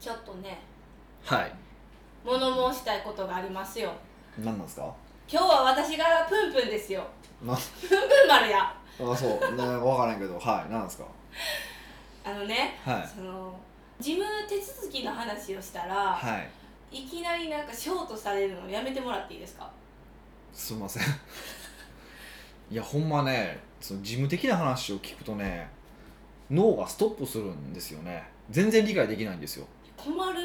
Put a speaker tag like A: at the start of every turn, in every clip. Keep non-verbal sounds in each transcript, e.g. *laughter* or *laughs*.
A: ちょっとね
B: はい
A: 物申したいことがありますよ
B: 何なんですか
A: 今日は私がプンプンですよ
B: なあ
A: プンプン丸や
B: そうね分からんけどはい何ですか
A: あのね
B: はい
A: その事務手続きの話をしたら、
B: は
A: い、
B: い
A: きなりなんかショートされるのやめてもらっていいですか
B: すいませんいやほんまねその事務的な話を聞くとね脳がストップするんですよね全然理解できないんですよ
A: 困る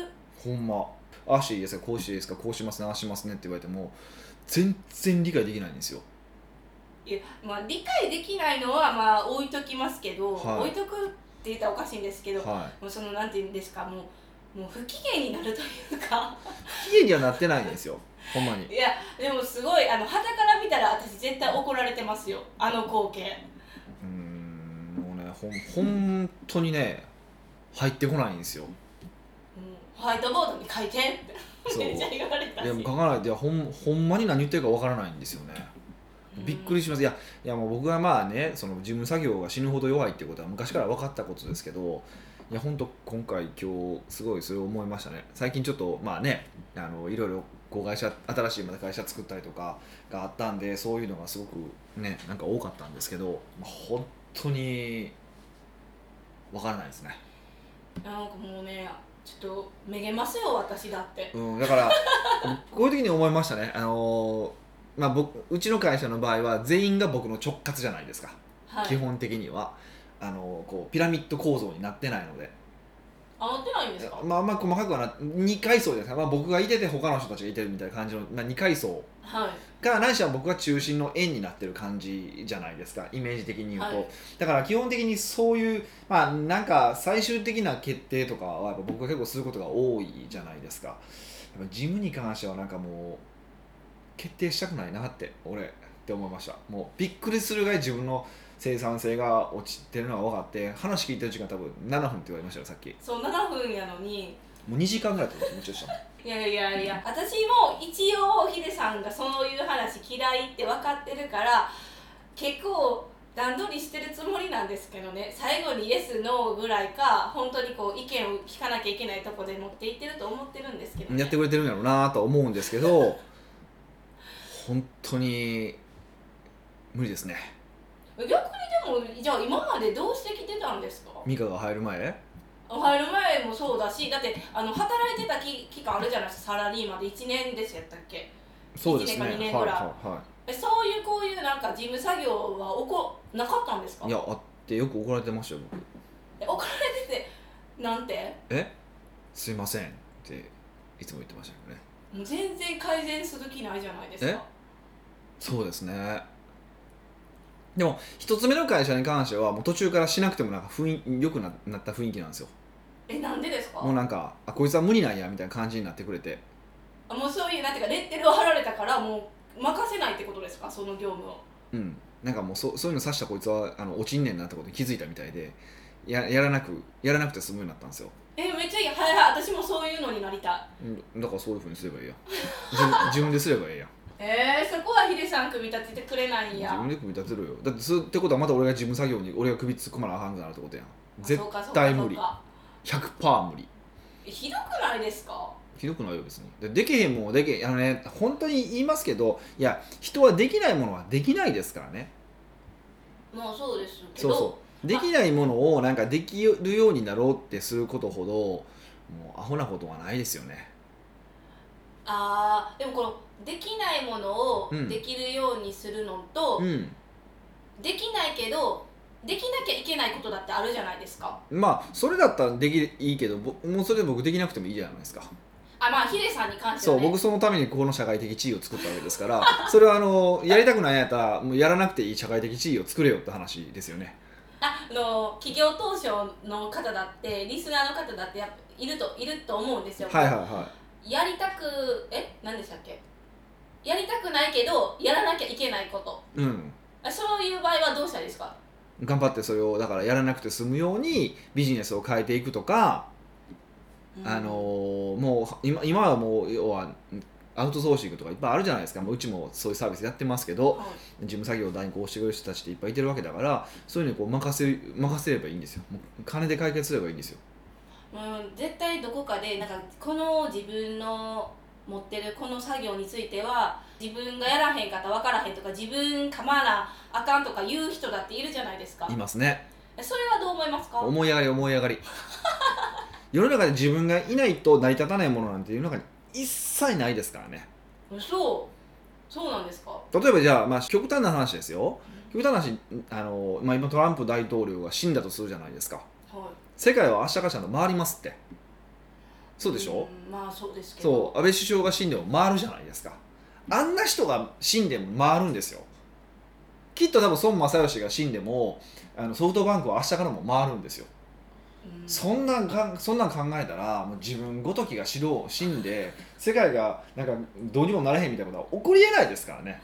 B: ほんまああしていいですかこうしていいですかこうしますねああしますねって言われても全然理解できないんですよ
A: いやまあ理解できないのはまあ置いときますけど、
B: はい
A: 置いとくって言ったらおかしいんですけど、
B: は
A: もうそのなんて言うんですかもうもう不機嫌になるというか
B: い不機嫌にはなってないんですよほんまに
A: いやでもすごいあの肌から見たら私絶対怒られてますよあの光景
B: うーんもうねほん本当にね入ってこないんですよ
A: うんホワイトボードに書いてって
B: *laughs* そう
A: めっちゃ言われたし
B: いやもう書かないでほんほんまに何言ってるかわからないんですよねびっくり
A: し
B: しますいやいやもう僕はまあねその事務作業が死ぬほど弱いってことは昔から分かったことですけどいや本当今回今日すごいそれを思いましたね最近ちょっとまあねあのいろいろこう会社新しいまた会社作ったりとかがあったんでそういうのがすごくねなんか多かったんですけどまあ本当に分からないですね、
A: なんかもうねちょっとめげますよ私だって
B: うん、だからこういう時に思いましたねあのーまあ僕うちの会社の場合は全員が僕の直轄じゃないですか
A: はい
B: 基本的にはあのこうピラミッド構造になってないので、
A: あ持ってないんですか
B: まあ、あんま細かくはな2階層ですね、まあ、僕がいてて他の人たちがいてるみたいな感じの、まあ、2階層
A: はい
B: がないしは僕が中心の円になってる感じじゃないですかイメージ的に言うと、
A: はい
B: だから基本的にそういうまあなんか最終的な決定とかはやっぱ僕が結構することが多いじゃないですかやっぱ事務に関してはなんかもう決定したくないなって俺って思いましたもうびっくりするぐらい自分の生産性が落ちてるのが分かって話聞いてる時間多分7分って言われましたよさっき
A: そう7分やのに
B: もう2時間ぐらいってこと気持ちでしたもん
A: いやいやいや私も一応ヒデさんがそういう話嫌いって分かってるから結構段取りしてるつもりなんですけどね最後にイエスノーぐらいか本当にこう意見を聞かなきゃいけないとこで持っていってると思ってるんですけど、ね、
B: やってくれてるんやろうなとは思うんですけど本当に無理ですね
A: 逆にでもじゃあ今までどうしてきてたんですか
B: ミカが入る前
A: 入る前もそうだしだってあの働いてた期期間あるじゃないですかサラリーマンで1年ですやったっけ
B: そうですね
A: 1年か2年
B: はい
A: ぐらい
B: はいは
A: えそういうこういうなんか事務作業は起こなかったんですか
B: いいやあってよく怒られてましたよ僕
A: え怒られててなんて
B: すいませんっていつも言ってましたけどね
A: もう全然改善する気ないじゃないですか
B: そうですねでも一つ目の会社に関してはもう途中からしなくてもなんか雰囲良くななった雰囲気なんですよ
A: えなんでですか
B: もうなんかあこいつは無理なんやみたいな感じになってくれて
A: あもうそういうなんていうかレッテルを貼られたからもう任せないってことですかその業務を
B: うん、なんかもうそそういうの刺したこいつはあの落ちんねんなってことに気づいたみたいでややらなくやらなくて済むようになったんですよ
A: えめっちゃいいはいはい私もそういうのになりたい
B: うんだからそういうふうにすればいいや自分自分ですればいいや
A: えー、そこはヒデさん組み立ててくれないんや
B: 自分で組み立てろよだってそうってことはまた俺が事務作業に俺が首突っ込まなあかんくなるってことやん
A: あ
B: 絶
A: そうかそうか
B: 対無理
A: そうか
B: 100%無理
A: えひどくないですか
B: ひどくないよ別にでできへんもんはできへんあのね本当に言いますけどいや人はできないものはできないですからね
A: まあそうですけ
B: そ
A: ど
B: うそうできないものをなんかできるようになろうってすることほどもうアホなことはないですよね
A: あーでもこのできないものを
B: うん
A: できるようにするのと、
B: うん
A: できないけどできなきゃいけないことだってあるじゃないですか
B: まあそれだったらできいいけどぼもうそれで僕できなくてもいいじゃないですか、
A: あまあヒデさんに関して
B: そ
A: は、
B: う
A: ね、
B: 僕そのためにこの社会的地位を作ったわけですからそれはあのやりたくないんやったらもうやらなくていい社会的地位を作れよって話ですよね
A: ああの企業当初の方だってリスナーの方だってやっぱいるといると思うんですよ、
B: はいはいは
A: やりたくえ何でしたっけやりたくないけどやらなきゃいけないこと
B: いうん
A: あそういう場合はどうしたらいいですか
B: 頑張ってそれをだからやらなくて済むようにビジネスを変えていくとか、あのもう今今はもう要はアウトソーシングとかいっぱいあるじゃないですかもううちもそういうサービスやってますけど
A: はい
B: 事務作業を代行してくれる人たちっていっぱいいてるわけだからそういうのにこう任せ任せればいいんですよもう金で解決すればいいんですよ
A: もう絶対どこかでなんかこの自分の持ってるこの作業については自分がやらへんかったら分からへんとか自分かまなあかんとか言う人だっているじゃないですか
B: いますね
A: それはどう思いますか
B: 思い上がり思い上がり世の中で自分がいないと成り立たないものなんて世の中に一切ないですからね
A: そうそうなんですか
B: 例えばじゃあ、まあ、極端な話ですよ極端な話あの、まあ、今トランプ大統領が死んだとするじゃないですか
A: はい
B: 世界は明日かしらの回りますってそうでしょ、
A: うんまあそうですけど
B: そう安倍首相が死んでも回るじゃないですかあんな人が死んでも回るんですよきっと多分孫正義が死んでもあのソフトバンクは明日からも回るんですよ
A: うん
B: そんなんかそんなん考えたらもう自分ごときが死のう死んで世界がなんかどうにもならへんみたいなことは起こりえないですからね、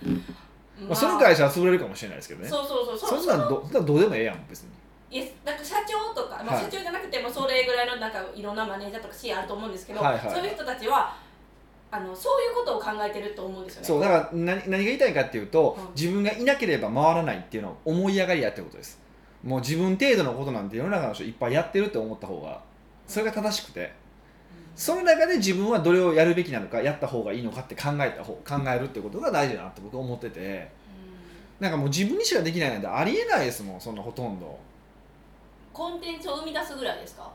B: まあ、その会社は潰れるかもしれないですけどね
A: そうそうそう
B: そ
A: うん
B: なんどそんなんどうでもええやん別に
A: いやなんか社長とか、まあ、
B: はい
A: 社長じゃなくてもそれぐらいのなんかいろんなマネージャーとかシーあると思うんですけど、
B: はいはい
A: そういう人たちはあのそういうことを考えてると思うんですよね
B: そうだから何何が言いたいかっていうと、
A: うん
B: 自分がいなければ回らないっていうのは思い上がりやってことですもう自分程度のことなんて世の中の人いっぱいやってるって思った方がそれが正しくてその中で自分はどれをやるべきなのかやった方がいいのかって考えた方考えるってことが大事だなって僕は思ってて
A: うん
B: なんかもう自分にしかできないなんてありえないですもんそんなほとんど
A: コンテンツを生み出すぐらいですか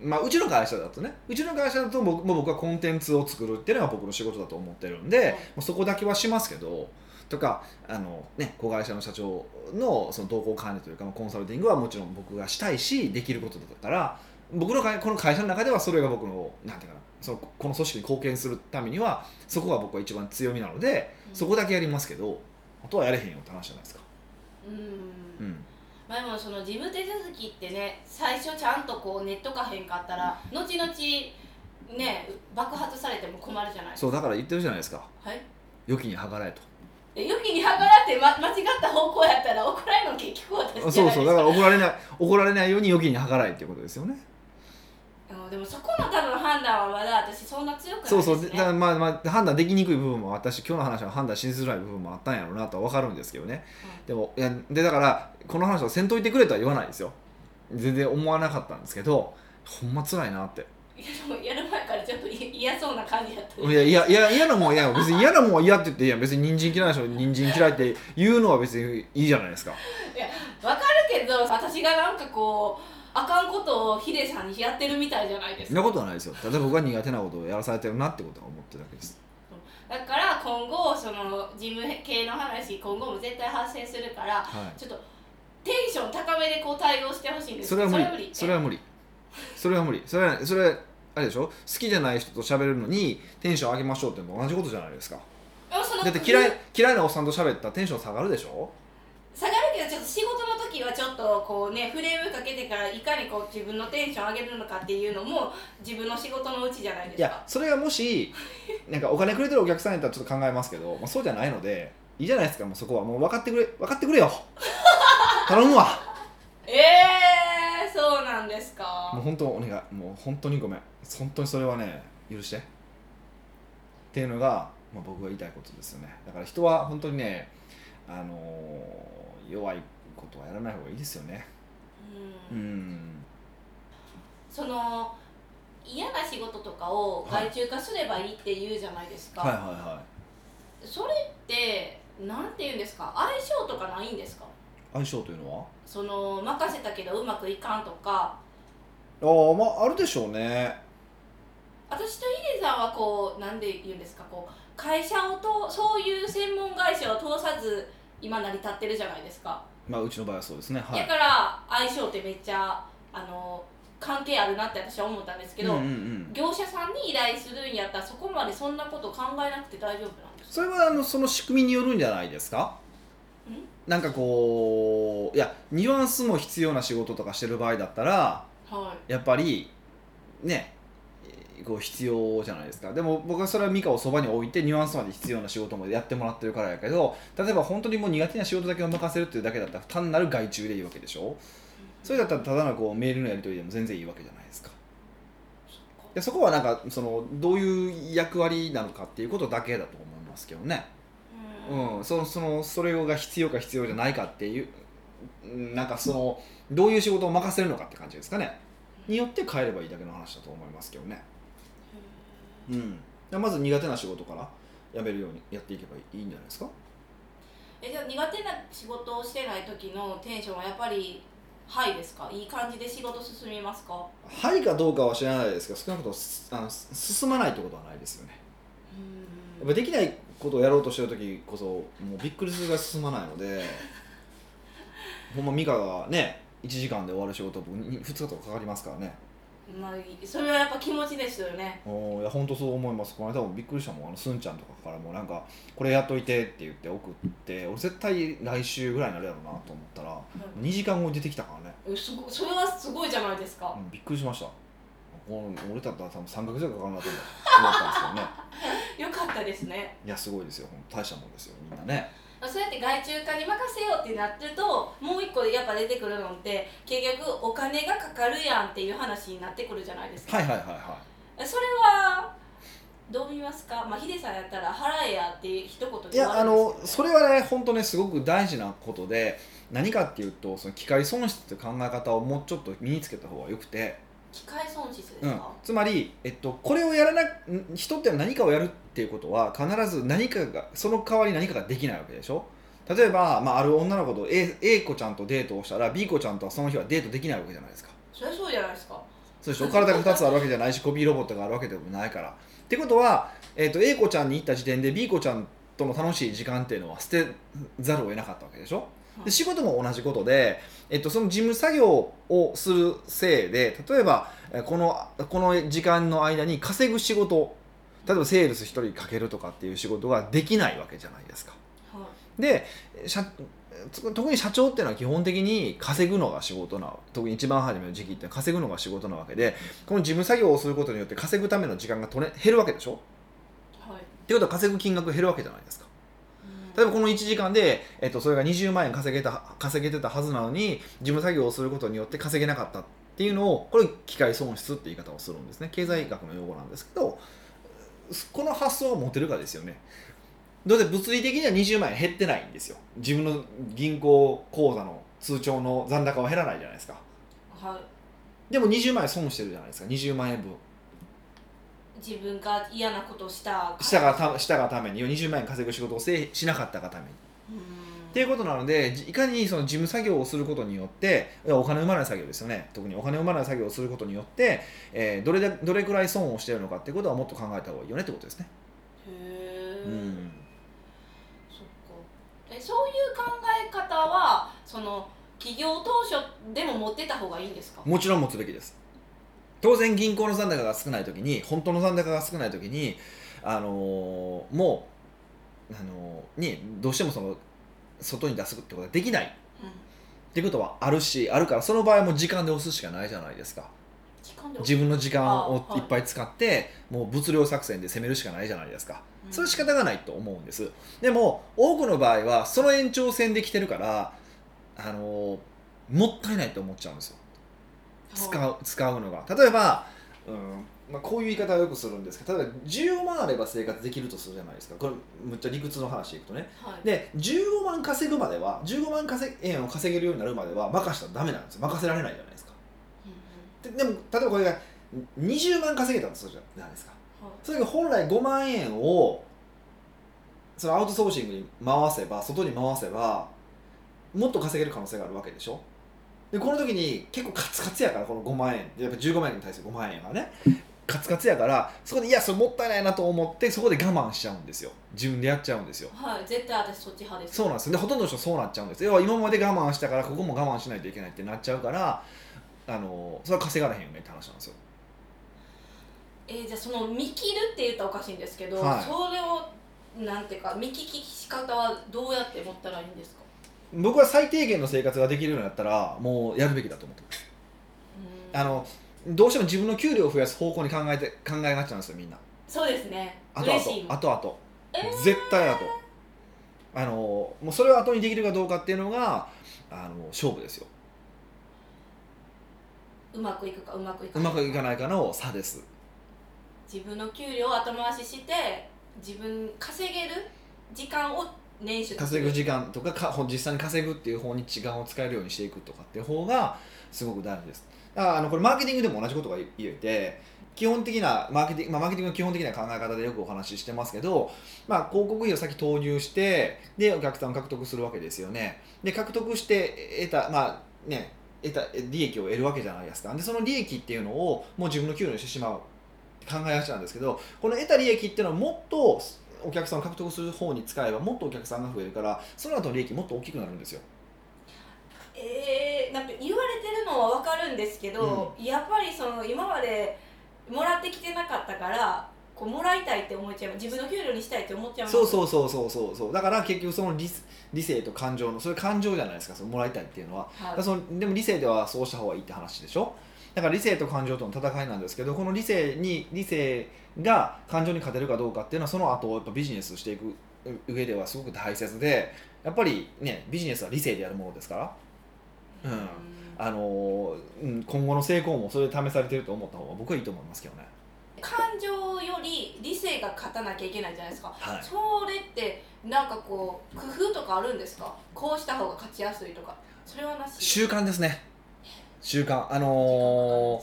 B: まあうちの会社だとねうちの会社だと僕もう僕はコンテンツを作るっていうのが僕の仕事だと思ってるん
A: い
B: で、もうそこだけはしますけどとかあの、ね、子会社の社長のその動向管理というかまあコンサルティングはもちろん僕がしたいしできることだから僕の会この会社の中ではそれが僕のなんていうかなそのこの組織に貢献するためにはそこが僕は一番強みなのでそこだけやりますけどあとはやれへんよって話じゃないですか。
A: うん、
B: うん
A: まあでもその事務手続きってね最初ちゃんとこうネットかへんかったら後々ね爆発されても困るじゃない
B: そうだから言ってるじゃないですか
A: はい
B: 良きに計らえと
A: で良きに計らって、ま、間違った方向やったら怒られるの結局私じゃない
B: *laughs* そ
A: ですか
B: うそうだから怒られない怒られないように良きに計らえっていうことですよね
A: あのでもそこの多分判断はまだ私そんな強くないです
B: そ
A: ね
B: うそうでだからまあまあ判断できにくい部分もあったし今日の話は判断しづらい部分もあったんやろうなとは分かるんですけどね、
A: うん
B: でもいやでだからこの話をせんといてくれとは言わないですよ全然思わなかったんですけどほんま辛いなって
A: いやでもやる前からちょっとい嫌そうな感じやった
B: いやいやいや嫌なもんは嫌よ別に嫌なもんは嫌って言っていや別に人参嫌いな人人参嫌いって言うのは別にいいじゃないですか
A: わかるけど私がなんかこうあかんことをヒデさんにやってるみたいじゃないで
B: そ
A: す
B: んな
A: か
B: ことはないですよただ僕が苦手なことをやらされてるなってことは思ってるだけです
A: だから今後その事務系の話今後も絶対発生するから
B: はい
A: ちょっとテンション高めでこう対応してほしいんです
B: それは無理
A: そ
B: そ
A: れ
B: れ
A: は
B: は無理それは無理それはそれはあれでしょ好きじゃない人と喋るのにテンション上げましょうっても同じことじゃないですか
A: 無理その
B: だって嫌い嫌いなおっさんと喋ったらテンション下がるでしょ
A: 下がるけどちょっと仕事の時はちょっとこうねフレームかけてからいかにこう自分のテンション上げるのかっていうのも自分の仕事のうちじゃないで
B: い
A: す
B: や
A: か
B: それがもしなんかお金くれてるお客さんやったらちょっと考えますけど、まあ、そうじゃないのでいいじゃないですかもうそこはもう分かってくれ分かってくれよ頼むわ
A: ええー、そうなんですか
B: もう本当お願いもう本当にごめん本当にそれはね許してっていうのが、まあ、僕が言いたいことですよねだから人は本当にねあのー弱いことはやらない方がいいですよね
A: う
B: うんん
A: その嫌な仕事とかを
B: はい
A: 外注化すればいいって言うじゃないですか、
B: はいはいは
A: それってなんて言うんですか相性とかないんですか
B: い相性というのは
A: その任せたけどうまくいかんとか
B: ああまああるでしょうね
A: 私とヒデさんはこうなんで言うんですかこう会社をとそういう専門会社を通さず今成り立ってるじゃないですか、
B: まあうちの場合はそうですねは
A: だ
B: い
A: から相性ってめっちゃあの関係あるなって私は思ったんですけど、
B: うんうんうん、
A: 業者さんに依頼するんやったらそこまでそんなこと考えなくて大丈夫なんですか
B: それはあのその仕組みによるんじゃないですかなんかこういやニュアンスも必要な仕事とかしてる場合だったら
A: はい
B: やっぱりねえーこう必要じゃないですかでも僕はそれはミカをそばに置いてニュアンスまで必要な仕事もやってもらってるからやけど例えば本当にもう苦手な仕事だけを任せるっていうだけだったら単なる外注でいいわけでしょそれだったらただのこうメールのやり取りでも全然いいわけじゃないですかでそこはなんかそのどういう役割なのかっていうことだけだと思いますけどね、
A: うんうん
B: うん、そのそのそれが必要か必要じゃないかっていううんなんかそのどういう仕事を任せるのかって感じですかねによって変えればいいだけの話だと思いますけどね、うん、まず苦手な仕事からやめるようにやっていけばいいんじゃないですか
A: えじゃあ苦手な仕事をしてない時のテンションはやっぱりはいですかいい感じで仕事進みますか
B: はいかどうかは知らないですが少なくともすあのす進まないってことはないですよねやっぱできないことをやろうとしてる時こそもうびっくりするが進まないのでほんま美香がね1時間で終わる仕事僕2日とかかかりますからね
A: まあ、それはやっぱ気持ちですよね
B: おーいや本当そう思いますこの間もびっくりしたもんあのすんちゃんとかからもなんかこれやっといてって言って送って俺絶対来週ぐらいになるやろうなと思ったら2時間後に出てきたからね、
A: うんすごそれはすごいじゃないですか
B: うん、びっくりしましたこの俺だったら多分3ヶ月ぐらいかかるなと思ったんですけどね *laughs*
A: よかったですね
B: いやすごいですよほんと大したもんですよみんなね
A: そうやって外注化に任せようってなってるともう一個やっぱ出てくるのって結局お金がかかるやんっていう話になってくるじゃないですか、
B: はいはいはいはい
A: それはどう見ますか、まあ、ヒデさんやったら「払えや」って一言で
B: い
A: 終
B: や
A: わ
B: あ
A: るん
B: の
A: です
B: そ
A: よね
B: れはね本当ねすごく大事なことで何かっていうとその機械損失って考え方をもうちょっと身につけた方がよくて、
A: 機械損失です
B: うん
A: か、、
B: つまり、えっと、これをやらなん人って何かをやるっていうことは必ず何かがその代わり何かができないわけでしょ例えば、まあ、ある女の子と A, A 子ちゃんとデートをしたら B 子ちゃんとはその日はデートできないわけじゃないですか
A: それはそうじゃないですか
B: そうでしょ体が2つあるわけじゃないしコピーロボットがあるわけでもないから。ってことは、えー、と A 子ちゃんに行った時点で B 子ちゃんとの楽しい時間っていうのは捨てざるを得なかったわけでしょ
A: は
B: で
A: い
B: 仕事も同じことで、えっとその事務作業をするせいで例えばえーこのこの時間の間に稼ぐ仕事例えばセールス1人かけるとかっていう仕事ができないわけじゃないですか。
A: はい
B: で社つ特に社長っていうのは基本的に稼ぐのが仕事な特に一番初めの時期ってのは稼ぐのが仕事なわけでこの事務作業をすることによって稼ぐための時間が取れ減るわけでしょ
A: はい
B: ってことは稼ぐ金額減るわけじゃないですか
A: うん
B: 例えばこの1時間で、えっと、それが20万円稼げた稼げてたはずなのに事務作業をすることによって稼げなかったっていうのをこれ機械損失って言い方をするんですね経済学の用語なんですけどこの発想を持てるかですよねだって物理的には20万円減ってないんですよ自分の銀行口座の通帳の残高は減らないじゃないですか
A: はい
B: でも20万円損してるじゃないですか20万円分
A: 自分が嫌なことをした
B: したがたしたがために20万円稼ぐ仕事をせいしなかったがために
A: うん
B: っていうことなのでじいかにその事務作業をすることによっていやお金を生まない作業ですよね特にお金を生まない作業をすることによって、えーどれだどれくらい損をしているのかっていうことはもっと考えた方がいいよねってことですね。
A: へえ、
B: うん
A: そっかえそういう考え方はその企業当初でも持ってた方がいいんですか
B: もちろん持つべきです当然銀行の残高が少ない時に本当の残高が少ない時にあのーもう、あのーにどうしてもその外に出すってことができない
A: うん
B: っていうことはあるしあるからその場合はもう時間で押すしかないじゃないですか
A: 時間で
B: 自分の時間を
A: あはい
B: いっぱい使ってもう物量作戦で攻めるしかないじゃないですか
A: うん
B: それは仕方がないと思うんですでも多くの場合はその延長線で来てるからあのもったいないと思っちゃうんですよ使う使うのが例えば、うんまあ、こういう言い方をよくするんですけど例えば15万あれば生活できるとするじゃないですかこれむっちゃ理屈の話でいくとね
A: はい、
B: で15万稼ぐまでは15万稼円を稼げるようになるまでは任したらダメなんですよ任せられないじゃないですか
A: うんうん
B: ででも例えばこれが20万稼げたとするじゃないですか
A: はい
B: それが本来5万円をそのアウトソーシングに回せば外に回せばもっと稼げる可能性があるわけでしょでこの時に結構カツカツやからこの5万円やっぱ15万円に対する5万円がねカツカツやからそこでいやそれもったいないなと思ってそこで我慢しちゃうんですよ自分でやっちゃうんですよ
A: はい、絶対私そっち派です
B: そうなんですよでほとんどの人そうなっちゃうんですよ要は今まで我慢したからここも我慢しないといけないってなっちゃうからあのそれは稼がれへんよねって話なんですよ
A: えーじゃあその見切るって言ったらおかしいんですけど、
B: はい
A: それをなんていうか見聞きし方はどうやって持ったらいいんですか
B: 僕は最低限の生活ができるようになったらもうやるべきだと思ってます
A: うん
B: あのどうしても自分の給料を増やす方向に考えて考えがちなんですよみんな
A: そうですね
B: あとあ
A: 嬉しいもん
B: とあとあと
A: えー
B: 絶対あとあのもうそれを後にできるかどうかっていうのがあの勝負ですよ
A: うまくいくかうまくいか
B: う
A: な
B: ま
A: い
B: くいかないかの差です
A: 自分の給料を後回しして自分稼げる時間を捻出する
B: 稼ぐ時間とかか実際に稼ぐっていう方に時間を使えるようにしていくとかっていう方がすごく大事ですああのこれマーケティングでも同じことが言言えて基本的なマーケティング、まあ、マーケティングの基本的な考え方でよくお話ししてますけど、まあ、広告費を先投入してでお客さんを獲得するわけですよねで獲得して得たまあね得た利益を得るわけじゃないですかでその利益っていうのをもう自分の給料にしてしまう考えがちなんですけどこの得た利益っていうのはもっとお客さんを獲得する方に使えばもっとお客さんが増えるからその後の利益もっと大きくなるんですよ
A: えー、なんか言われてるのは分かるんですけど、やっぱりその今までもらってきてなかったからこうもらいたいって思っちゃいます自分の給料にしたいって思っちゃいます
B: そうそうそうそうそうそうだから結局その理理性と感情のそれ感情じゃないですかそのもらいたいっていうのは
A: は
B: だ
A: い
B: からそのでも理性ではそうした方がいいって話でしょだから理性と感情との戦いなんですけどこの理性に理性が感情に勝てるかどうかっていうのはその後やっぱビジネスしていく上ではすごく大切でやっぱりねビジネスは理性でやるものですから、うんあのうん、今後の成功もそれで試されてると思った方が僕はいいと思いますけどね。
A: 感情より理性が勝たなきゃいけないじゃないですか
B: はい
A: それってなんかこう工夫とかあるんですかこうした方が勝ちやすいとかそれはなし
B: 習慣ですね習慣あ
A: 時間
B: の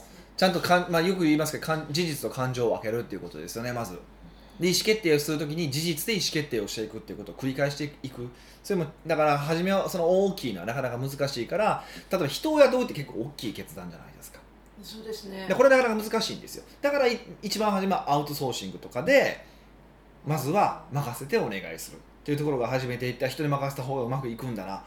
A: かかるん
B: ー
A: ですね
B: ちゃんとかん、まあ、よく言いますけどかん事実と感情を分けるっていうことですよねまずで意思決定をするときに事実で意思決定をしていくっていうことを繰り返していくそれもだから初めはその大きいのはなかなか難しいから例えば人を雇うって結構大きい決断じゃないですか
A: そうですね
B: でこれなかなか難しいんですよだからい一番初めはアウトソーシングとかでまずは任せてお願いするっていうところが始めていった人に任せた方がうまくいくんだなっ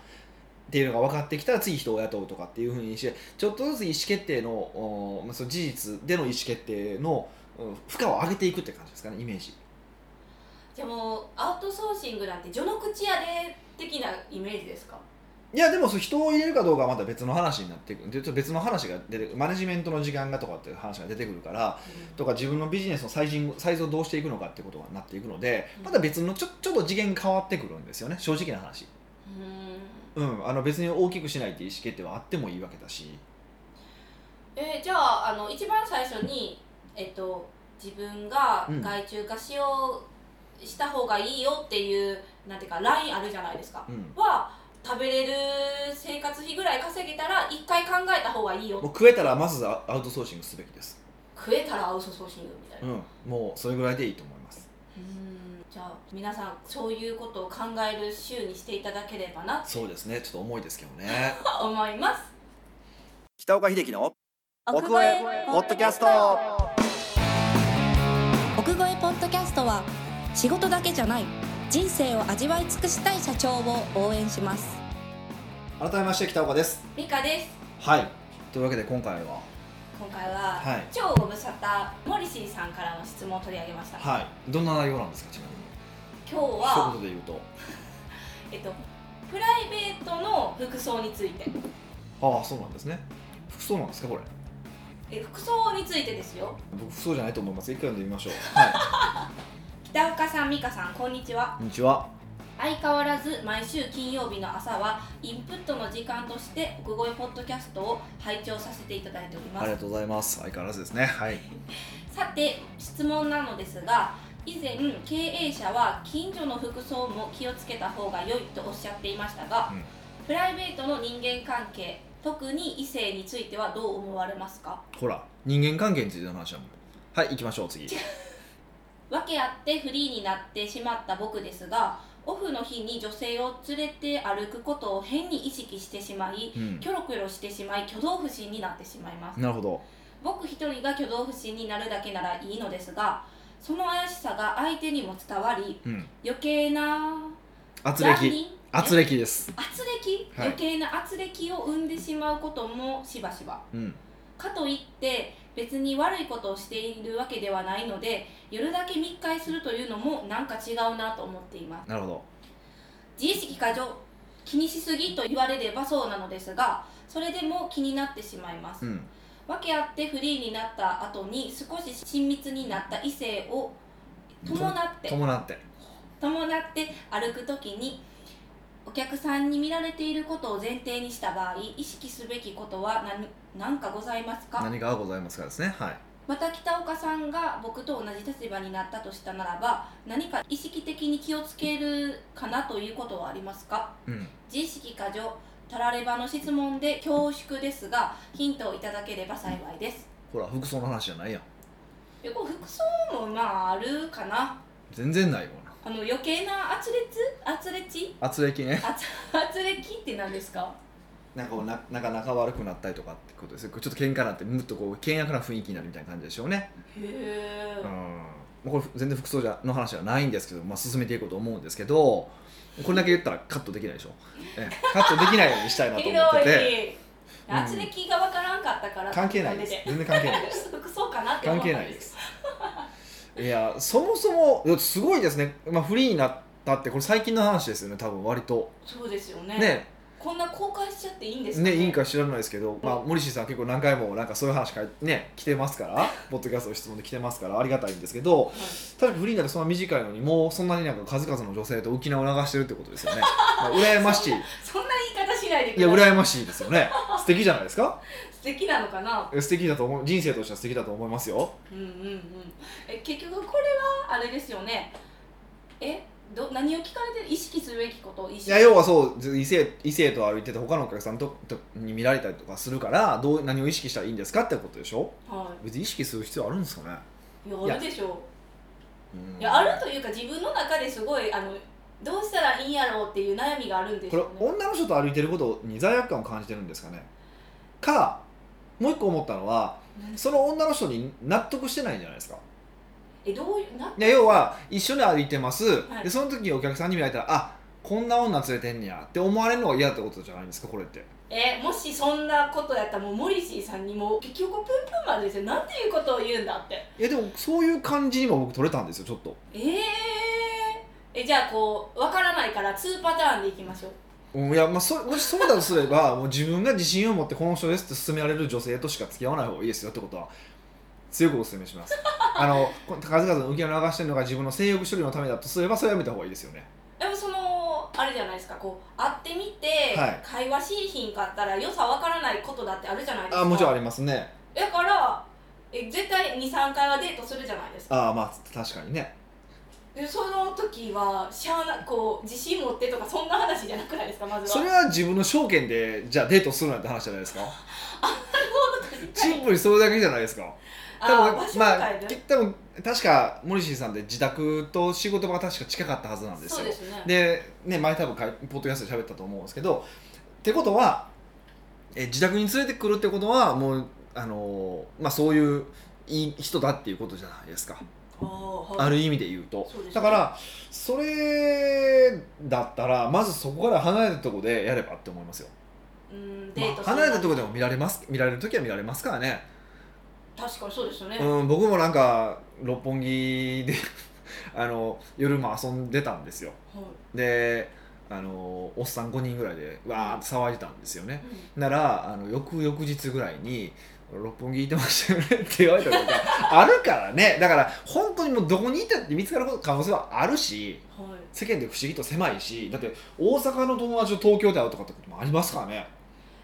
B: ていうのが分かってきたら次人を雇うとかっていうふうにしてちょっとずつ意思決定のおーまあその事実での意思決定のうん負荷を上げていくって感じですかねイメージ
A: じゃあもうアウトソーシングなんて序の口やで的なイメージですか
B: いやでもそう人を入れるかどうかはまた別の話になってくるで別の話が出てくるマネジメントの時間がとかっていう話が出てくるからとか自分のビジネスのサイジングサイズをどうしていくのかってことになっていくので
A: うん
B: また別のちょちょっと次元変わってくるんですよね正直な話、
A: うん
B: うん、あの別に大きくしないっていう意思決定はあってもいいわけだし
A: えーじゃああの一番最初に、えっと、自分が
B: うん
A: 外注化しよう、した方がいいよっていうなんていうかラインあるじゃないですか、
B: うん
A: は食べれる生活費ぐらい稼げたら一回考えた方がいいよ
B: もう食えたらまずアアウトソーシングすべきです、
A: 食えたらアウトソーシングみたいな、
B: うん、もうそれぐらいでいいと思います
A: うんじゃあ皆さんそういうことを考える週にしていただければなと
B: そうですねちょっと重いですけどね
A: 思います
B: *laughs* 北岡秀樹の奥越えポッドキャスト
C: 奥越えポッドキャストは仕事だけじゃない人生を味わい尽くしたい社長を応援します
B: 改めまして北岡です
A: 美香です
B: はいというわけで今回は
A: 今回は、
B: はい
A: 超ご無沙汰モリシーさんからの質問を取り上げました、
B: はいどんな内容なんですかちなみに
A: 今日
B: 一
A: は
B: 言で言うと
A: えっと、プライベートの服装について
B: ああそうなんですね服装なんですかこれ
A: え服装についてですよ
B: 僕服装じゃないと思います一回読んでみましょうはい
A: 北岡さん美香さんこんにちは
B: こんにちは。
A: 相変わらず毎週金曜日の朝はインプットの時間として奥越えポッドキャストを拝聴させていただいておりま
B: あり
A: す
B: がとうございます。相変わらずですね。はい。
A: さて質問なのですが以前経営者は近所の服装も気をつけた方が良いとおっしゃっていましたが、
B: うん
A: プライベートの人間関係特に異性についてはどう思われますか
B: ほら、人間関係についての話はもう。はい、行きましょう。次。
A: 訳あってフリーになってしまった僕ですがオフの日に女性を連れて歩くことを変に意識してしまい
B: うん。
A: キョロキョロしてしまい挙動不審になってしまいます
B: なるほど。
A: 僕一人が挙動不審になるだけならいいのですがその怪しさが相手にも伝わり
B: うん。
A: 余計な
B: 圧
A: 残
B: 力。
A: 忍
B: 圧
A: え
B: 力です。
A: 圧力
B: はい
A: 余計な圧力を生んでしまうこともしばしば
B: うん。
A: かといって別に悪いことをしているわけではないので夜だけ密会するというのもなんか違うなと思っています
B: なるほど。
A: 自意識過剰気にしすぎと言われればそうなのですがそれでも気になってしまいます、
B: うん。
A: 訳あってフリーになった後に少し親密になった異性を伴って
B: 伴って。
A: 伴って歩く時にお客さんに見られていることを前提にした場合意識すべきことは何何かございますか
B: 何かがございますからですね。はい。
A: また北岡さんが僕と同じ立場になったとしたならば何か意識的に気をつけるかなということはありますか
B: うん。
A: 自意識過剰タラレバの質問で恐縮ですがヒントをいただければ幸いです
B: ほら服装の話じゃないやん
A: でこう服装もまああるかな
B: 全然ないよな
A: あの余計な圧烈圧烈
B: 圧力ね
A: 圧 *laughs* 圧烈って何ですか
B: なんかこうななんか仲悪くなったりとかってことですよちょっと喧嘩になってむっとこう険悪な雰囲気になるみたいな感じでしょうね
A: へえ
B: うんまあこれ全然服装じゃの話じゃないんですけど、まあ、進めていこうと思うんですけどこれだけ言ったらカットできないでしょ、ええカットできないようにしたいなと
A: ひ
B: 思
A: ど
B: ってて
A: い圧力が分からんかったから
B: 関係ないです全然関係ないです
A: す服装かなって思
B: 関
A: ったん
B: 係
A: です
B: ないですいやそもそもいやすごいですね、まあ、フリーになったってこれ最近の話ですよね多分割と
A: そうですよね
B: ね
A: こんな公開しちゃっていいんですか
B: ねいいんか知らないですけど、まあ、森氏さん結構何回もなんかそういう話か、ね、来てますからポッドキャストの質問で来てますからありがたいんですけど確かフリーになってそんな短いのにもうそんなになんか数々の女性と浮き名を流してるってことですよね、まあ、羨ましい
A: そんな言い方しないで
B: い
A: く
B: や
A: ださい
B: 羨ましいですよね素敵じゃないですか
A: 素敵なのかな
B: え素敵だと思う人生としては素敵だと思いますよ
A: うんうんうんえ結局これはあれですよねえど何を聞かれてる意識すべきこと意識
B: いや要はそう異性異性と歩いてて他のお客さんととに見られたりとかするからどう何を意識したらいいんですかってことでしょ
A: は
B: 別に意識する必要あるんですかね、
A: いいやあるでしょ
B: うん
A: ういやあるというか自分の中ですごいあのどうしたらいいんやろうっていう悩みがあるんです
B: これ
A: よね
B: 女の人と歩いてることに罪悪感を感じてるんですかねかもう一個思ったのはその女の人に納得してないんじゃないですか
A: えどういうな
B: で要は一緒に歩いてます、
A: はい
B: でその時にお客さんに見られたらあこんな女連れてんねやって思われるのが嫌ってことじゃないんですかこれって
A: えもしそんなことやったらもうモリシーさんにも結局プンプンまでですよなんていうことを言うんだって
B: いやでもそういう感じにも僕取れたんですよちょっと
A: えー、えじゃあこうわからないから2パターンでいきましょう
B: うんいやまあそもしそうだとすればもう自分が自信を持ってこの人ですって勧められる女性としか付き合わない方がいいですよってことは強くお勧めします *laughs* あのこ数々の受けを流してるのが自分の性欲処理のためだとすればそれはやめた方がいいですよね
A: でもそのあれじゃないですかこう会ってみて、
B: はい
A: 会話しいひんかったら良さわからないことだってあるじゃないですか
B: あもちろん
A: ん
B: ありますね
A: だからえ絶対23回はデートするじゃないですか
B: あまあ確かにね
A: でその時はしゃあなこう自信持ってとかそんな話じゃなくないですかまずは
B: それは自分の証券でじゃあデートするなんて話じゃないですかシンプルにそれだけじゃないですか
A: あー
B: 多
A: 場
B: 分
A: 所
B: まあ
A: 変え
B: き
A: る
B: 多分確かモリシーさんで自宅と仕事場が確か近かったはずなんです
A: そう
B: よ
A: ですね
B: でね前多分かポッドキャストで喋ったと思うんですけどってことはえ自宅に連れてくるってことはもうあのーまあそういういい人だっていうことじゃないですか、
A: あーはい
B: ある意味で言うと
A: そうですね
B: だからそれだったらまずそこから離れたとこでやればって思いますよ、
A: うんデ
B: ま
A: ート
B: あ、離れたとこ
A: で
B: でも見られます見られる時は見られますからね、
A: 確かにそうですよね、
B: うん、僕もなんか六本木で *laughs* あの夜も遊んでたんですよ
A: はい
B: であのおっさん5人ぐらいでわーって騒いでたんですよね
A: うん
B: ならあの翌々日ぐらいに「六本木行ってましたよね」って言われたこ
A: *laughs*
B: とがあるからねだから本当にもうどこにいたって見つかること可能性はあるし
A: はい、
B: 世間で不思議と狭いしだって大阪の友達と東京で会うとかってこともありますからね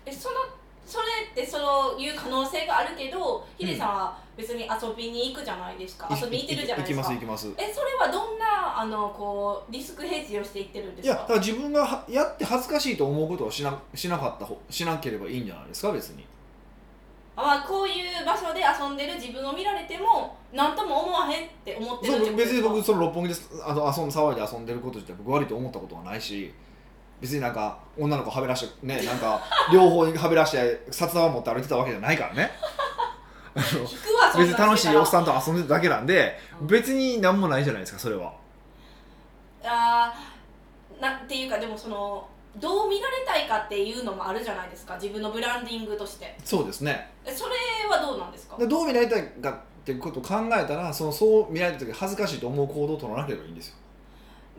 A: えそのそれってそういう可能性があるけどヒデさんは別に遊びに行くじゃないですか、遊びに行ってるじゃないですか
B: 行きます行きます
A: えそれはどんなあのこうリスクヘッジをしていってるんで
B: い
A: す
B: やだ
A: か
B: から自分がはやって恥ずかしいと思うことをしなしなかったほしなければいいんじゃないですか別に
A: あ、まあ、こういう場所で遊んでる自分を見られても何とも思わへんって思ってるって
B: そう
A: こと
B: 別に僕
A: すか
B: その六本木であの遊ん騒いで遊んでること自体僕悪いと思ったことはないし別になんか女の子はべらしてねな
A: *laughs*
B: んか両方にはべらして札束持って歩いてたわけじゃないからねあの
A: 聞くわそんな
B: 別に楽しいおっ
A: ん
B: さんと遊んでただけなんで
A: うん
B: 別に何もないじゃないですかそれは
A: あーなんていうかでもそのどう見られたいかっていうのもあるじゃないですか自分のブランディングとして
B: そうですね
A: えそれはどうなんですか
B: でどう見られたいかってことを考えたらそのそう見られた時恥ずかしいと思う行動を取らなければいいんですよ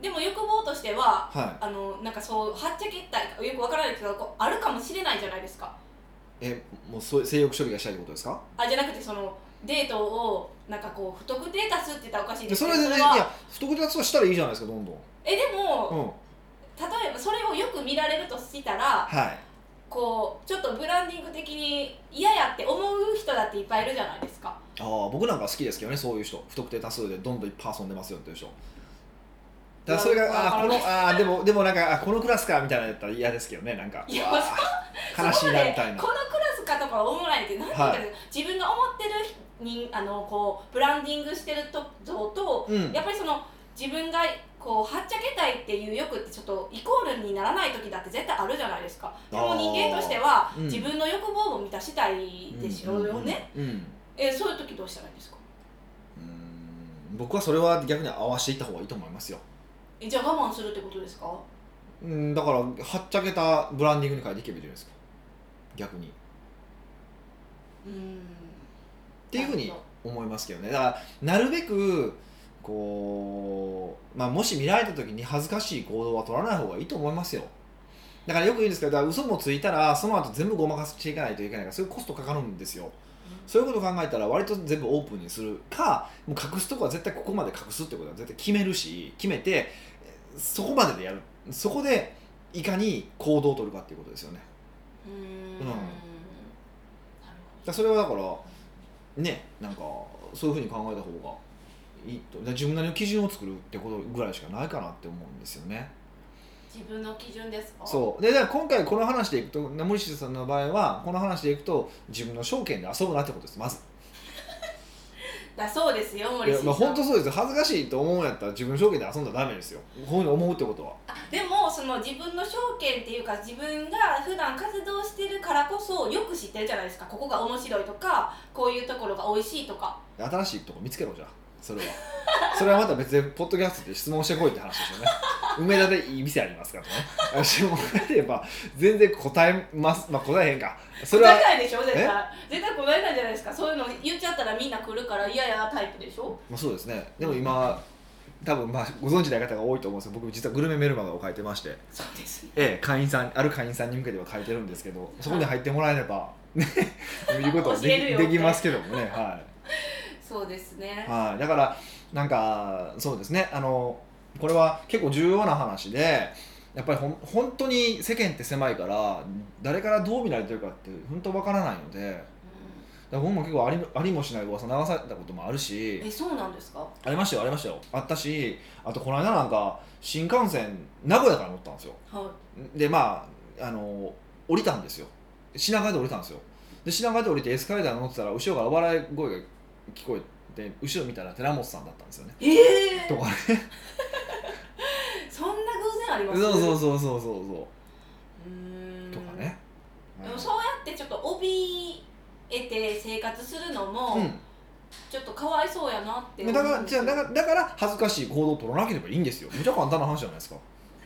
A: でも欲望としては
B: はい
A: あのなんかそうはっちゃけたいかよくわからないけどこうあるかもしれないじゃないですか
B: えもうそう性欲処理がしたいってことですか
A: あじゃなくてそのデートをなんかこう不特定多数って言ったらおかしい
B: で
A: です
B: そ
A: けど
B: れでねい
A: は
B: や不特定多数はしたらいいじゃないですかどんどん
A: えでも、
B: うん
A: 例えばそれをよく見られるとしたら
B: はい
A: こうちょっとブランディング的に嫌やって思う人だっていっぱいいるじゃないですか
B: ああ僕なんか好きですけどねそういう人不特定多数でどんどんいっぱい遊んでますよっていう人だからそれ
A: ま
B: が
A: あ
B: あこのあでもでもなんかあこのクラスかみたいなのやったら嫌ですけどねなんか
A: いや
B: うわー悲しいなみ
A: そこま
B: たいな
A: でこのクラスかとか思わないけど、なんていうかね自分が思ってる人あのこうブランディングしてると像と、
B: うん
A: やっぱりその自分がこうはっちゃけたいっていう欲ってちょっとイコールにならない時だって絶対あるじゃないですかで
B: あ
A: も
B: ー
A: 人間としては、
B: うん
A: 自分の欲望を満たしたいでしょうよね、
B: うんうんうん
A: えそういう時どうしたらいいですか
B: うん僕はそれは逆に合わせていった方がいいと思いますよ
A: えじゃあ我慢するってことですか
B: うんだからはっちゃけたブランディングに変えていけばいいじゃないですか逆にっ
A: うん
B: ていうふうに
A: なる
B: 思いますけどねだからなるべくこう、まあ、もし見られた時に恥ずかしい行動は取らない方がいいと思いますよだからよく言うんですけどだから嘘もついたらその後全部ごまかしていかないといけないからそういうコストかかるんですよそういうことを考えたら割と全部オープンにするかもう隠すとこは絶対ここまで隠すってことは絶対決めるし決めてえーそこまででやるそこでいかに行動を取るかっていうことですよね
A: うん
B: うん
A: なるほど
B: だからそれはだからねなんかそういうふうに考えた方がいいとだから自分なりの基準を作るってことぐらいしかないかなって思うんですよね
A: 自分の基準ですか
B: そうでだから今回この話でいくと森下さんの場合はこの話でいくと自分の証券で遊ぶなってことですまず
A: だそうですよ
B: い
A: 森
B: や
A: 進
B: まあ
A: さん
B: 本当そうですよ恥ずかしいと思うんやったら自分の証券で遊んだらダメですよこういうふうに思うってことは
A: あでもその自分の証券っていうか自分が普段活動してるからこそよく知ってるじゃないですかここが面白いとかこういうところが美味しいとか
B: 新しいとこ見つけろじゃあそれはそれはまた別でポッドキャストで質問してこいって話ですよね梅田でいい店ありますからねあ質問があれば全然答えますまあ答えへんかそれ
A: 答
B: は
A: えないでしょ絶対絶対答えないじゃないですかそういうの言っちゃったらみんな来るから嫌やタイプでしょ
B: まあそうですねでも今多分まあご存知ない方が多いと思うんですけど僕実はグルメメルマガを書いてまして、
A: そうですね
B: ええ、会員さんある会員さんに向けては書いてるんですけどそこに入ってもらえれば
A: *laughs*
B: ね見ることはで
A: 教える
B: き
A: よ
B: できますけどもねはい
A: そうですね
B: はい、だからなんかそうですねあのこれは結構重要な話でやっぱりほん本当に世間って狭いから誰からどう見られてるかって本当わからないのでだから僕も結構ありありもしない噂流されたこともあるし
A: えそうなんですか
B: ありましたよありましたよあったしあとこの間なんか新幹線名古屋から乗ったんですよ
A: はい
B: でまああの降りたんですよ品川で降りたんですよで品川で降りてエスカレーターに乗ってたら後ろから笑い声が聞こえて後ろ見たら寺本さんだったんですよね
A: ええ
B: とかね
A: そんな偶然ありま
B: そう
A: す
B: そうそううそうそうそう
A: ーん
B: うとかね
A: でもそうやってちょっと怯えて生活するのも、
B: う
A: ちょっとかわいそうやなって
B: ん、だからじゃあだ
A: か
B: からだから恥ずかしい行動を取らなければいいんですよめちゃ簡単な話じゃないですから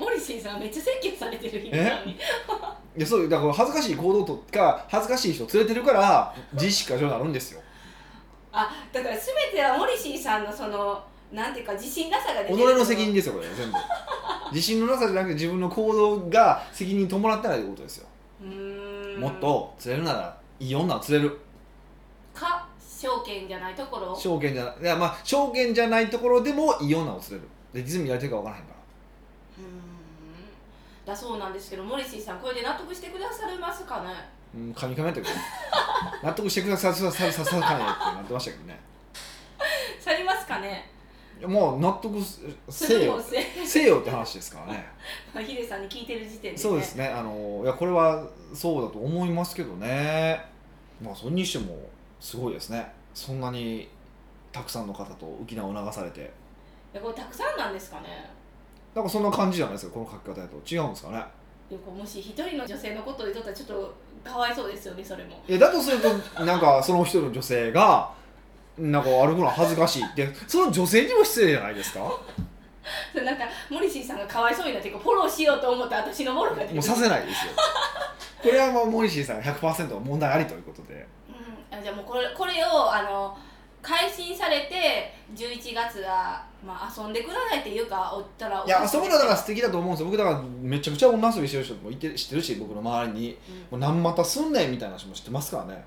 A: *laughs* モリシーさんめっちゃ説教されてる今
B: え
A: に
B: いやそうだから恥ずかしい行動とか恥ずかしい人を連れてるから自意識過剰になるんですよ
A: あだから全てはモリシーさんのそのなんていうか自信なさが出
B: 己
A: てる
B: の責任ですよこれ全部自信のなさじゃなくて自分の行動が責任伴ってないってことですよ
A: うーん
B: もっと釣れるならいい女を釣れる
A: か証券じゃないところ
B: 証券じゃないいやまあ証券じゃないところでもいい女を釣れるで実にやりてるか分からへんか
A: うー
B: ら
A: んだそうなんですけどモリシーさんこれで納得してくださいますかね *laughs*
B: うん、噛み噛みやったけど納得してくださいさささささかないってなってましたけどね
A: されますかね
B: いやもう納得す
A: す
B: せ
A: るも
B: よ
A: せ
B: せよって話ですからね
A: ヒデさんに聞いて *laughs* る時点で、ね、
B: そうですねあのいやこれはそうだと思いますけどねまあそれにしてもすごいですねそんなにたくさんの方と浮き名を流されて
A: いやこれたくさんなんですかね
B: なんかそんな感じじゃないですかこの書き方だと違うんですかね
A: でこうもし一人の女性のことを言っとったらちょっとかわいそうですよねそれも
B: いやだとするとなんかその一人の女性がなんか歩くのは恥ずかしいってその女性にも失礼じゃないですかも
A: それなんかモリシーさんがかわいそうになってこうフォローしようと思った私のフォローが出て
B: うさせないですよこれはもうモリシーさんが100%問題ありということで
A: うんあじゃあもうこれこれをあの配信されて11月は、まあ、遊んでくださいっていうかおったら
B: いや
A: お
B: 遊ぶのだから素敵だと思うんですよ僕だからめちゃくちゃ女遊びしてる人もいて知ってるし僕の周りに
A: うん
B: もう何またすんねんみたいな人も知ってますからね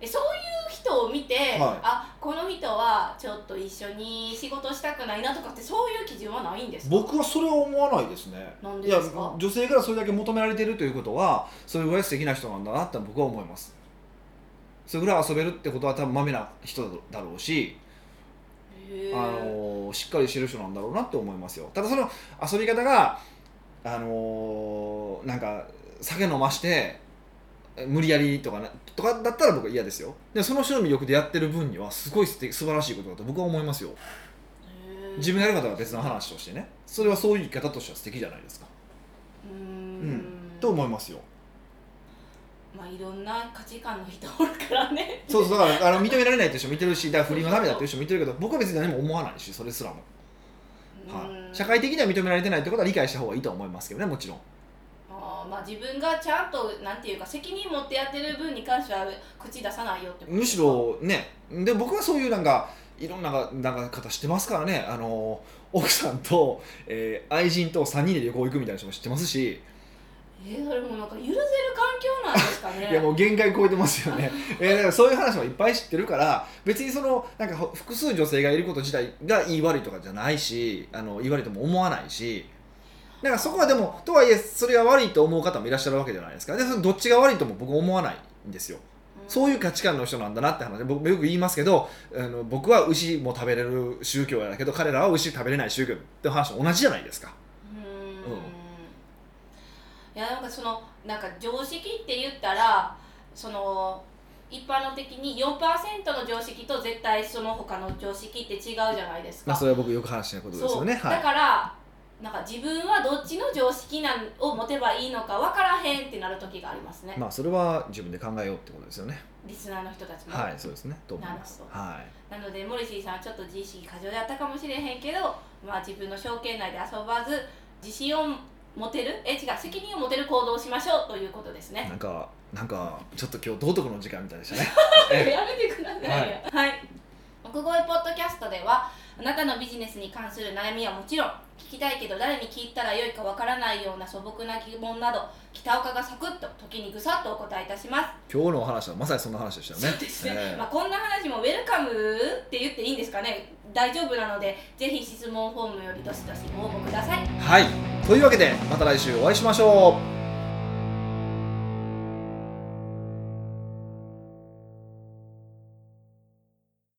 A: えそういう人を見て、
B: はい
A: あこの人はちょっと一緒に仕事したくないなとかってそういう基準はないんですか
B: 僕はそれは思わないですね
A: なん
B: い
A: で
B: や
A: ですか
B: 女性からそれだけ求められてるということはそれぐらい素敵な人なんだなって僕は思いますそれぐらい遊べるってことは多分まめな人だろうし
A: へー
B: あのうしっかりしてる人なんだろうなって思いますよただその遊び方があのーなんか酒飲まして無理やりとかなとかだったら僕は嫌ですよでもその人の魅力でやってる分にはすごい素敵素晴らしいことだと僕は思いますよ自分がやる方は別の話としてねそれはそういう生き方としては素敵じゃないですか
A: うーん
B: と思いますよ
A: まあいろんな価値観の人おるからね
B: そうそうだからあの認められないという人もいてるしだから不倫のダメだという人もいてるけど僕は別に何も思わないしそれすらも、は
A: うん
B: い、社会的には認められてないってことは理解した方がいいとは思いますけどねもちろん
A: あーまあ自分がちゃんとなんていうか責任持ってやってる分に関しては口出さないよってこと
B: むしろねで僕はそういうなんかいろんななんか方知ってますからねあの奥さんと、えー愛人と3人で旅行行くみたいな人も知ってますし、
A: えー、それもなんか許せる環境なんですかね
B: いやもう限界超えてます *laughs* よね、えーだからそういう話もいっぱい知ってるから別にそのなんかほ複数女性がいること自体が言い悪いとかじゃないしあの言い悪いとも思わないしだからそこはでもとはいえそれが悪いと思う方もいらっしゃるわけじゃないですかでそのどっちが悪いとも僕思わないんですよそういう価値観の人なんだなって話で僕よく言いますけどあの僕は牛も食べれる宗教やだけど彼らは牛食べれない宗教って話と同じじゃないですか
A: う
B: うん
A: んいやなんかそのなんか常識って言ったらその一般の的に4%の常識と絶対その他の常識って違うじゃないです
B: ま
A: か。
B: あそれは僕よく話しないことですよね
A: そう
B: は
A: だからなんか自分はどっちの常識なんを持てばいいのか分からへんってなる時がありますね、
B: いまあそれは自分で考えようってことですよね
A: リスナーの人たちも、
B: はい、そうですね。と思います
A: な。るほ
B: はい。
A: なのでモリシーさんはちょっと自意識過剰であったかもしれへんけど、まあ、自分の証券内で遊ばず自信を持てるえ違う責任を持てる行動をしましょうということですね
B: な。んか、なんか、ちょっと今日道徳の時間みたいで *laughs* したね。
A: *laughs*
B: え
A: やめてくださいよ。はい。奥越ポッドキャストではあなたのビジネスに関する悩みはもちろん聞きたいけど誰に聞いたらよいかわからないような素朴な疑問など北岡がサクッと時にぐさっとお答えいたします。
B: 今日のお話はまさにそんな話でしたよね。
A: そうですね、
B: ええ
A: まあ、こんな話もウェルカムって言っていいんですかね大丈夫なのでぜひ質問フォームよりどしどしご応募ください。
B: はい。というわけで、また来週お会いしましょう。